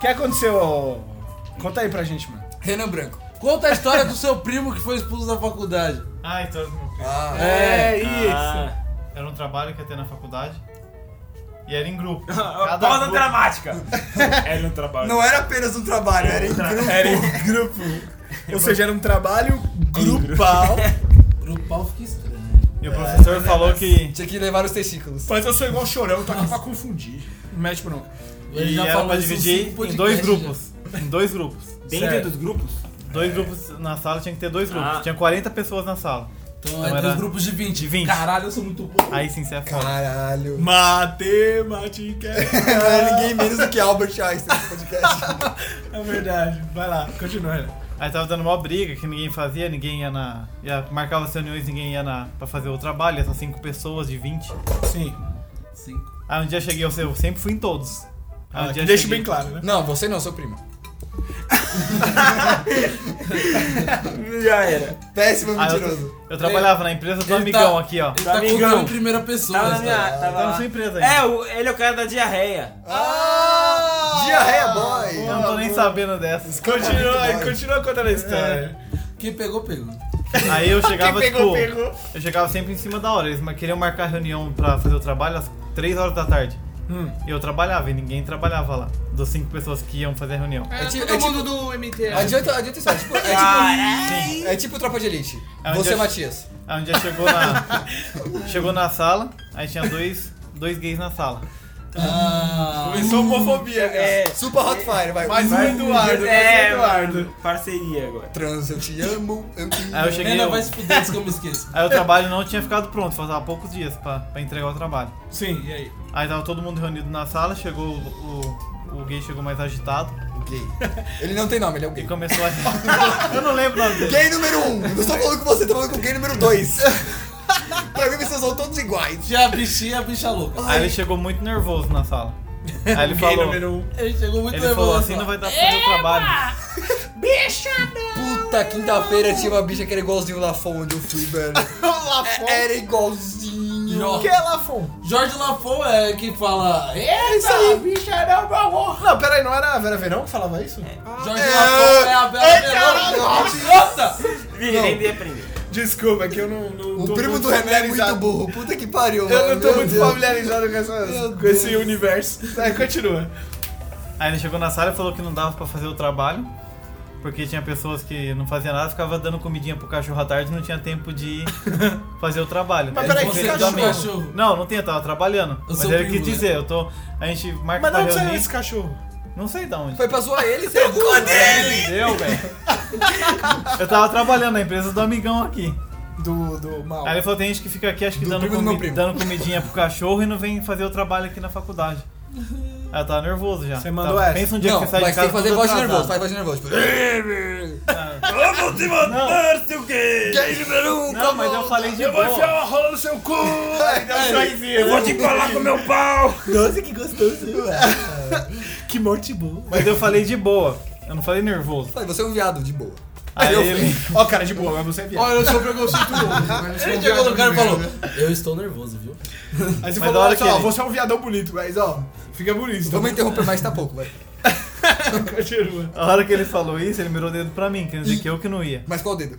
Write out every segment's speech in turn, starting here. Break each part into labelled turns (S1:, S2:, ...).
S1: que aconteceu? ô? Conta aí pra gente, mano.
S2: Renan Branco, conta a história do seu primo que foi expulso da faculdade.
S3: Ah, então do meu primo.
S2: Ah,
S4: É, isso.
S5: Ah,
S3: Era um trabalho que ia ter na faculdade. E era em grupo. Cada
S5: Pausa
S3: grupo-
S5: dramática. Era um trabalho.
S2: Não era apenas um trabalho, era em grupo.
S5: Era em
S1: Grupo. Ou seja, era um trabalho grupal.
S2: Grupal fica estranho.
S3: E o professor falou que.
S2: Tinha que levar os testículos.
S1: Mas eu sou igual chorão, tô aqui pra confundir. Mete bronca.
S2: Ele
S3: E
S2: já
S3: era
S2: falou
S3: pra
S2: isso em
S3: dividir
S2: cinco
S3: em dois
S2: podcasts
S3: grupos. Em dois grupos.
S5: Dentro
S1: Certo.
S5: dos grupos?
S3: Dois grupos na sala tinha que ter dois grupos.
S5: Ah.
S3: Tinha 40 pessoas na sala.
S2: Então,
S3: Então
S2: é
S3: era-
S2: dois grupos de 20.
S3: De 20.
S2: Caralho, eu sou muito bom.
S3: Aí sim, você é foda.
S2: Caralho.
S1: Matemática.
S2: Não era ninguém menos do que Albert Einstein no podcast.
S1: É verdade. Vai lá, continua.
S3: Aí tava dando uma briga que ninguém fazia, ninguém ia na. Ia, marcava as reuniões, ninguém ia na. pra fazer o trabalho, essas cinco pessoas de 20.
S1: Sim.
S2: Cinco.
S3: Aí um dia cheguei, eu, sei, eu sempre fui em todos. Aí um dia
S1: Deixa
S3: cheguei-
S1: bem claro, né?
S2: Não, você não, seu primo.
S5: Já era.
S2: Péssimo
S3: Ah, eu-
S2: mentiroso.
S3: Eu trabalhava na empresa do
S2: Ele tá-
S3: amigão aqui, ó.
S2: Ele
S5: Tá
S2: tá
S5: amigão.
S2: contando em primeira pessoa.
S5: Tava na
S2: essa
S5: minha.
S2: história.
S5: Tava
S3: Tá
S5: lá.
S3: na sua empresa ainda.
S5: É, o- ele é o cara da diarreia.
S2: Ah! Diarreia boy!
S3: Eu não tô nem sabendo dessas.
S1: Continua,
S2: Vai.
S1: continua contando a história.
S2: Quem pegou, pegou.
S3: É. Aí eu chegava,
S1: Quem pegou,
S3: tipo,
S1: pegou.
S3: eu chegava sempre em cima da hora. Eles ma- queriam marcar reunião pra fazer o trabalho às 3 horas da tarde.
S1: Hum.
S3: E eu trabalhava e ninguém trabalhava lá. dos cinco pessoas que iam fazer a reunião.
S4: É,
S2: É tipo-
S4: todo
S2: é tipo-
S4: mundo do MT.
S2: Adianta, adianta isso. É tipo, é tipo,
S5: Caralho.
S2: é tipo tropa de elite.
S3: Ah,
S2: Você,
S3: adianta-
S2: Matias.
S3: Aí um dia chegou na chegou na sala, aí tinha dois dois gays na sala.
S2: Ah,
S1: Começou homofobia.
S5: É.
S2: Super Hot Fire, vai.
S1: Mais um
S2: Vai.
S1: Eduardo.
S5: É,
S1: mais um Eduardo.
S5: Parceria agora.
S2: Trans, eu te amo, eu te amo.
S3: Aí Ah, eu cheguei,
S2: Renan,
S3: eu-
S2: vai se fuder antes que eu me esqueça.
S3: Aí o trabalho não tinha ficado pronto, faltava poucos dias pra, pra entregar o trabalho.
S1: Sim, e aí?
S3: Aí tava todo mundo reunido na sala, chegou o, o, o gay chegou mais agitado
S2: O gay. Ele não tem nome, ele é o
S3: e
S2: gay.
S3: começou a Eu não lembro o nome dele.
S2: Gay número 1! Um. Não estou falando com você, estou falando com o gay número 2. pra mim vocês são todos iguais.
S4: Já bichinha, a bicha louca.
S3: Aí ele chegou muito nervoso na sala. Aí ele
S1: Gay
S3: falou,
S1: número um.
S4: Ele chegou muito
S3: ele falou assim não vai dar pra fazer o trabalho.
S2: Puta, quinta-feira tinha uma bicha que era igualzinho o Lafon onde eu fui, velho. É- Era igualzinho.
S4: Jorge.
S1: Lafon?
S4: Jorge Lafon é quem fala. É
S1: Isso aí, Ah, bicha, não, meu amor. Não, peraí, não era a Vera Verão que falava isso? Ah,
S4: Jorge
S2: É.
S4: Lafon é a Bela
S2: Ei,
S4: Verão.
S2: caralho.
S4: Nossa!
S5: Virei de aprender.
S1: Desculpa, é que eu não, não
S2: O
S1: tô
S2: primo
S1: muito
S2: do Renan é muito
S1: familiarizado.
S2: burro. Puta que pariu, mano.
S1: Eu não tô
S2: Meu
S1: muito
S2: Deus.
S1: familiarizado com, essas-
S2: Meu
S1: com esse
S2: Deus.
S1: universo. Tá, continua.
S3: Aí ele chegou na sala e falou que não dava pra fazer o trabalho, porque tinha pessoas que não faziam nada, ficava dando comidinha pro cachorro à tarde e não tinha tempo de fazer o trabalho.
S1: Mas
S3: Aí ele
S1: peraí,
S3: ficou
S1: que
S3: feliz
S1: cachorro?
S3: da minha.
S4: Cachorro.
S3: Não, não tinha, tava trabalhando. mas
S2: sou
S3: ele
S2: primo,
S3: quis
S2: né?
S3: dizer, eu tô. A gente
S1: Mas
S3: marca
S1: de
S3: pra
S1: onde é saiu
S3: reunir.
S1: esse cachorro?
S3: Não sei de onde.
S2: Foi pra zoar ele, você é burro.
S3: Entendeu, velho? Eu tava trabalhando na empresa do amigão aqui.
S1: Do, do mal.
S3: Aí ele falou: tem gente que fica aqui, acho que
S2: Do
S3: dando,
S2: primo do meu
S3: comi-
S2: primo.
S3: dando comidinha pro cachorro e não vem fazer o trabalho aqui na faculdade. Aí eu tava nervoso já.
S1: Você mandou
S3: Tava-
S1: essa?
S3: Pensa um dia
S2: Não,
S3: que você sai
S2: mas
S3: de casa.
S2: tem que fazer
S3: todo
S2: voz de
S3: atrasado.
S2: nervoso, faz voz de nervoso. Tipo,
S1: Vamos te
S3: mandar,
S1: seu gay!
S2: gay número 1, um,
S3: Não, mas eu falei de boa.
S1: uma rola no seu cu!
S2: É.
S5: Eu vou te colar com meu pau.
S2: Nossa, que gostoso.
S1: que morte boa.
S3: Mas eu falei de boa. Eu não falei nervoso.
S2: Falei, você é um viado, de boa.
S3: Aí
S2: eu
S3: ele.
S1: Ó, cara, de boa, mas você é viado.
S2: Olha, eu sou preconceituoso. Ele chegou no cara e falou, eu estou nervoso, viu?
S1: Aí você
S3: Mas
S1: falou,
S3: da hora
S1: olha
S3: que
S1: só,
S3: ele-
S1: você é um viadão bonito, mas ó, fica bonito. Então
S2: Vamos interromper mais, tá pouco, vai.
S1: continua.
S3: A hora que ele falou isso, ele mirou o dedo pra mim, quer dizer que eu que não ia.
S2: Mas qual o dedo?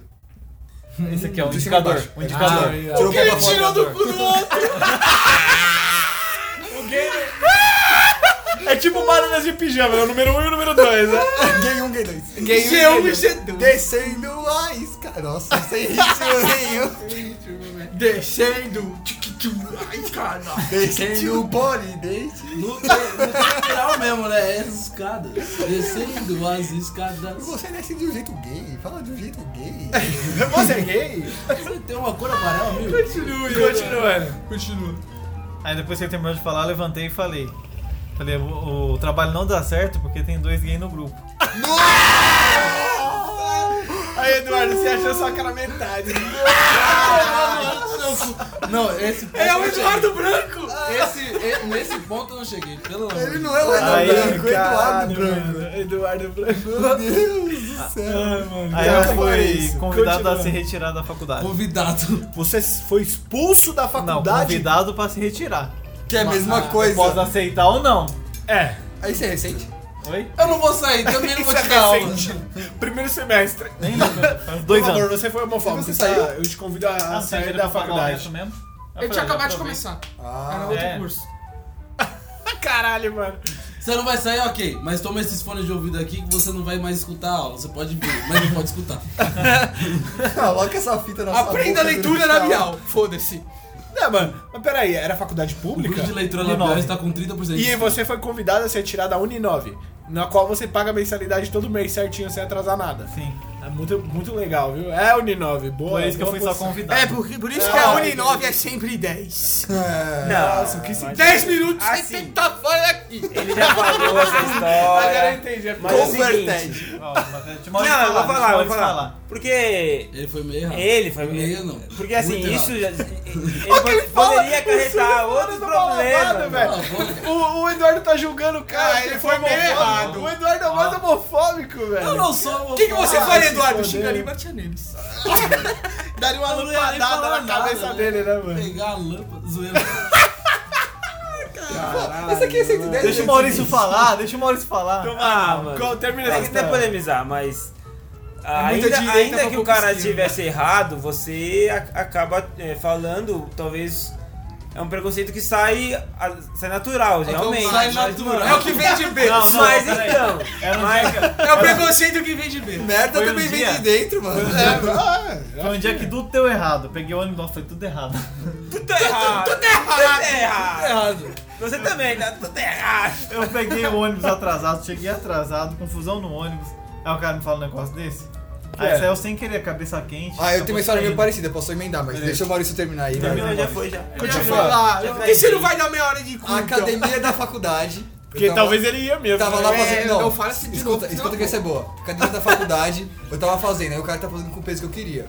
S3: Esse aqui é um
S2: De cima
S3: indicador.
S2: pra baixo.
S3: Um indicador.
S2: Ah, Tirou o pé pra fora. Tirou do cu
S1: É tipo bananas de pijama, é o número 1 um e o número 2, né?
S2: Gay 1, gay 2.
S1: Gay um,
S2: G1
S1: gay
S2: e G2. Descendo a isca. Nossa, sem ritmo nenhum.
S4: Descendo.
S2: Ai, cara. Descendo o polidente.
S4: No, no literal mesmo, né? Essas escadas. Descendo as escadas.
S2: Você desce de um jeito gay. Fala de um jeito gay.
S1: Você é gay?
S4: Você tem uma cor amarela, meu?
S1: Continua. Continua.
S3: é um Aí depois que ele terminou de falar, eu levantei e falei. Falei, o, o trabalho não dá certo porque tem dois gays no grupo.
S1: Aí, Eduardo, você achou só aquela metade.
S4: Não, esse ponto.
S1: É o
S4: eu não
S1: Eduardo Branco!
S4: cheguei. Esse, e- nesse ponto eu não cheguei, pelo amor
S2: Ele
S4: de
S2: não é o Renan
S3: Ai,
S2: Branco, é Eduardo
S1: caralho,
S2: Branco.
S1: mano. Eduardo Branco.
S2: Meu Deus do céu.
S3: Aí
S2: Eu
S3: eu
S2: nunca falei
S3: fui
S2: Então isso.
S3: convidado a
S1: Ah, Continua.
S3: se retirar da faculdade.
S4: Convidado.
S1: Você foi expulso da
S3: Não,
S1: faculdade?
S3: convidado pra se retirar.
S2: Que é a mesma
S4: Ah,
S2: coisa.
S3: Posso aceitar ou não.
S1: É.
S2: Aí você é recente?
S3: Oi?
S4: Eu não vou sair, também não vou te
S1: Isso é
S4: dar aula.
S1: recente. Primeiro semestre.
S3: Nem lembro. Faz dois
S1: Por favor,
S3: anos.
S1: você foi homofóbico.
S2: Você
S1: tá?
S2: saiu?
S1: Eu te convido a
S3: Ah, você
S1: sair
S3: queria
S1: da
S3: falar
S1: faculdade.
S3: isso mesmo?
S4: Eu tinha
S3: falei,
S4: acabado de
S3: já provei.
S4: começar. Era
S2: Ah,
S4: outro
S3: É.
S4: curso.
S1: Ah, Caralho, mano.
S4: Você não vai sair, ok, mas toma esses fones de ouvido aqui que você não vai mais escutar a aula. Você pode ver, mas não pode escutar.
S2: coloca essa fita na sua
S4: Aprenda a
S2: boca
S4: leitura
S2: durante a aula.
S4: labial. Foda-se.
S1: Não, mano, mas peraí, era faculdade
S4: O
S1: pública?
S4: curso de leitura
S3: De
S4: labial
S3: nove.
S4: está tá com 30% de
S1: E
S4: desconto.
S1: você foi convidado a ser tirado da Uninove, na qual você paga mensalidade todo mês certinho, sem atrasar nada.
S3: Sim.
S1: É muito, muito legal, viu? É Uninove, boa.
S3: Por isso que eu
S1: boa
S3: fui só
S1: posição.
S3: convidado.
S6: É, por, por isso que
S3: Ah.
S6: a Uninove é sempre 10.
S2: É.
S1: Nossa, o que se...
S6: 10 minutos você
S5: Assim.
S6: tem que estar fora aqui.
S5: Ele já falou essa
S1: Agora eu
S5: história.
S1: entendi. é
S5: Mas
S3: assim,
S5: é o
S6: Converted.
S5: seguinte.
S3: Ó, mas eu te
S5: Não,
S3: mando falar, deixa
S5: eu vou
S3: eu
S5: falar, eu
S3: te
S5: vou falar. Porque
S4: Ele foi meio errado.
S5: ele foi
S4: Meio não.
S5: Porque assim,
S4: Muito
S5: isso já, ele
S1: Olha o que ele
S5: po-
S1: fala,
S5: poderia acarretar
S1: o Silvio
S5: outros
S1: tá malvado,
S5: problemas.
S1: velho.
S4: Cala a boca.
S1: O, o Eduardo tá julgando o cara,
S6: Ah,
S1: que
S6: ele foi meio
S1: homofóbico.
S6: errado.
S1: O Eduardo é o
S3: Ah.
S1: mais homofóbico, velho.
S4: Eu não sou
S6: O que, que você
S1: Ah,
S6: faria,
S1: se
S6: Eduardo?
S1: foder.
S6: Xingaria e batia neles.
S1: Daria uma
S4: Eu não ia nem
S1: lampadada
S4: falar
S1: na
S4: nada,
S1: cabeça
S4: né?
S1: dele, né, mano?
S4: Pegar a lâmpada, zoeira.
S2: Esse aqui é 110
S3: Deixa o Maurício falar, deixa o Maurício falar.
S5: Ah, mano.
S1: Qual- Termina
S5: Tem
S1: essa
S5: que
S2: tá-
S5: até
S1: história.
S5: polemizar, mas.
S2: muita
S5: Ainda,
S2: direita
S5: ainda
S2: pra
S5: que o
S2: pouca
S5: cara
S2: esquerda.
S5: estivesse errado, você a- acaba é, falando, talvez. É um preconceito que sai, a- sai natural, realmente.
S4: sai
S5: Mas,
S4: É natural.
S5: mano,
S6: É o que vem de B.
S3: Não, não,
S5: Mas
S3: peraí.
S5: então.
S3: Era um
S5: mas-
S3: dia que-
S6: É o preconceito que vem de B.
S2: Merda
S3: Foi um
S2: também vem
S3: dia.
S2: de dentro, mano. é,
S3: Foi um dia que tudo deu errado. Peguei o ônibus, nossa, foi tudo errado.
S5: Tudo errado. Tudo errado. Você também, tá tudo errado.
S3: Eu peguei o ônibus atrasado, cheguei atrasado, confusão no ônibus. Aí o cara me fala um negócio desse. Aí
S1: é?
S3: saiu sem querer, cabeça quente.
S2: Ah, eu
S3: acabou
S2: tenho uma história meio
S3: saindo.
S2: parecida, posso emendar, mas
S3: Beleza.
S2: deixa o Maurício terminar aí. vai.
S5: Terminou, já foi, já.
S6: Já foi
S1: Continua.
S6: lá.
S5: Já
S6: Por
S5: foi.
S6: que você não vai dar meia hora de culto?
S2: A academia da faculdade.
S1: Porque
S2: eu tava-
S1: talvez ele ia mesmo.
S2: Tava
S1: né?
S2: lá
S6: É,
S2: fazendo. Não,
S6: eu falo assim de novo,
S2: escuta,
S6: senão
S2: escuta
S6: eu
S2: que essa é boa. Academia da faculdade, eu tava fazendo, aí o cara tá fazendo com o peso que eu queria.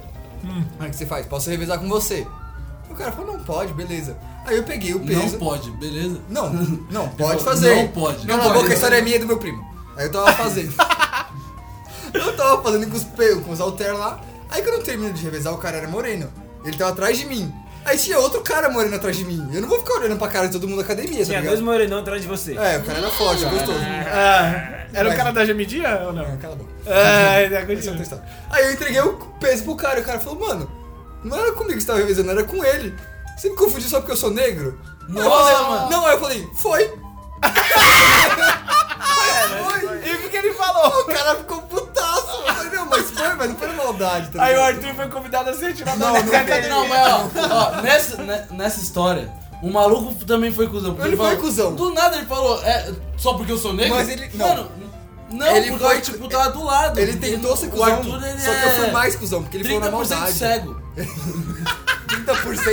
S2: Aí o que você faz? Posso revezar com você? O cara falou, não pode, beleza. Aí eu peguei o peso.
S4: Não pode, beleza?
S2: Não, não, pode fazer.
S4: Não pode. Não
S2: Cala a
S4: pode.
S2: boca, a história é minha e do meu primo. Aí eu tava fazendo. eu tava fazendo com os, pe- com os halter lá. Aí quando eu termino de revezar, o cara era moreno. Ele tava atrás de mim. Aí tinha outro cara moreno atrás de mim. Eu não vou ficar olhando pra cara de todo mundo na academia, tá
S5: Tinha dois
S2: ligado?
S5: morenão atrás de você.
S2: É, o cara era forte, gostoso.
S1: Ah, era o cara da gemidinha ou
S2: Ah,
S1: não?
S2: Cala a boca.
S1: É, é,
S2: Essa é
S1: continua.
S2: outra história. Aí eu entreguei o peso pro cara e o cara falou, mano, não era comigo que você tava revisando, era com ele. Você me confundiu só porque eu sou negro? Aí eu
S4: Nossa,
S2: falei,
S4: mano.
S2: Não, aí eu falei, foi. foi.
S1: E o que, que ele falou?
S2: O cara ficou putaço. Eu falei, não, mas foi, mas não foi maldade. Tá
S1: Aí o
S2: ligado?
S1: Arthur foi convidado a ser tirado
S2: Não,
S1: da
S2: não
S1: academia.
S4: Não, mas ó, ó, nessa, ne- nessa história, o maluco também foi cuzão. porque
S2: Ele foi
S4: falou-
S2: cuzão.
S4: Do nada ele falou, é, só porque eu sou negro?
S2: Mas ele- não.
S4: Mano, não,
S2: Ele
S4: porque
S2: foi-
S4: eu, tipo, tava do lado.
S2: Ele tentou ser
S4: o
S2: cuzão,
S4: Arthur, ele
S2: só que eu fui
S4: é
S2: mais cuzão, porque ele foi na
S4: 30%
S2: maldade.
S4: cego.
S2: 30%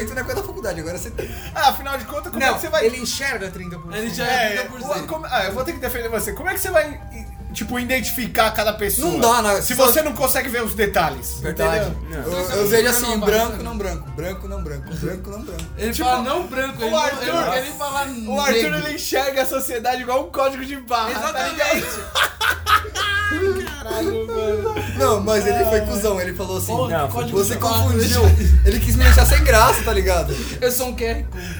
S2: não é coisa da faculdade, agora você tem.
S1: Ah, afinal de contas, como é que você
S6: Não,
S1: vai...
S6: ele enxerga 30%.
S4: Ele já
S1: É,
S4: é 30%.
S1: o- como- ah, eu vou ter que defender você. Como é que você vai, i- tipo, identificar cada pessoa?
S2: Não dá, né?
S1: Se
S2: Só-
S1: você não consegue ver os detalhes.
S2: Verdade.
S1: entendeu?
S2: Eu,
S4: É. Não.
S2: eu vejo assim,
S4: Não, não,
S2: branco,
S4: vai.
S2: não branco, branco, não branco, branco, não branco.
S4: Ele
S1: Tipo,
S4: fala não branco, ele,
S1: o
S4: não- ele,
S1: Arthur-
S4: ele fala negro.
S1: O Arthur,
S2: é
S1: ele enxerga a sociedade igual um código de barra.
S6: Exatamente.
S1: Caralho, mano.
S2: Não, mas ele foi cuzão, ele falou assim.
S4: Pô,
S5: Não,
S4: código
S2: Você
S4: de barra,
S2: confundiu. Ele quis me deixar sem graça, tá ligado?
S6: Eu sou um QR Code.